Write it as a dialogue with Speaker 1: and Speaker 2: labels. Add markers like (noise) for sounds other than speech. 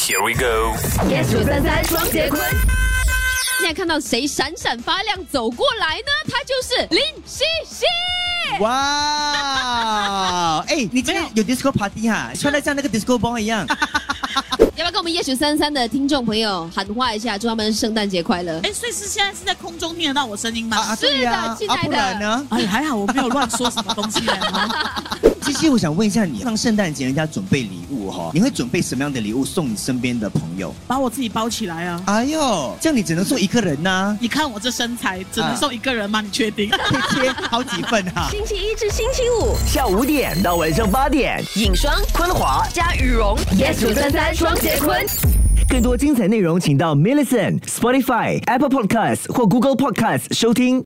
Speaker 1: Here we go。
Speaker 2: yes 九三三双节棍。现在看到谁闪闪发亮走过来呢？他就是林夕夕。
Speaker 3: 哇！哎，你今天有 disco party 哈，穿的像那个 disco ball
Speaker 2: (laughs)
Speaker 3: 一样。
Speaker 2: 要不要跟我们 yes 九三三的听众朋友喊话一下，祝他们圣诞节快乐？
Speaker 4: 哎，所以是现在是在空中听得到我声音吗？
Speaker 2: 是的
Speaker 3: 对呀
Speaker 2: 亲
Speaker 3: 啊，
Speaker 2: 爱的
Speaker 3: 不然呢？
Speaker 4: 哎，还好我没有乱说什么东西啊。
Speaker 3: 其实我想问一下你，上圣诞节人家准备礼物哈、哦，你会准备什么样的礼物送你身边的朋友？
Speaker 4: 把我自己包起来啊！
Speaker 3: 哎呦，这样你只能送一个人呐、
Speaker 4: 你看我这身材，只
Speaker 3: 啊
Speaker 4: 能送一个人吗？你确定？
Speaker 3: 可以切好几份啊哈、
Speaker 2: (laughs)
Speaker 5: 星期一至星期五，
Speaker 6: 下午五点到晚上八点，
Speaker 5: 影双
Speaker 6: 昆华。
Speaker 5: 加羽绒，yes 九三三双节棍。
Speaker 6: 更多精彩内容，请到 Millison、Spotify、Apple Podcasts 或 Google Podcasts 收听。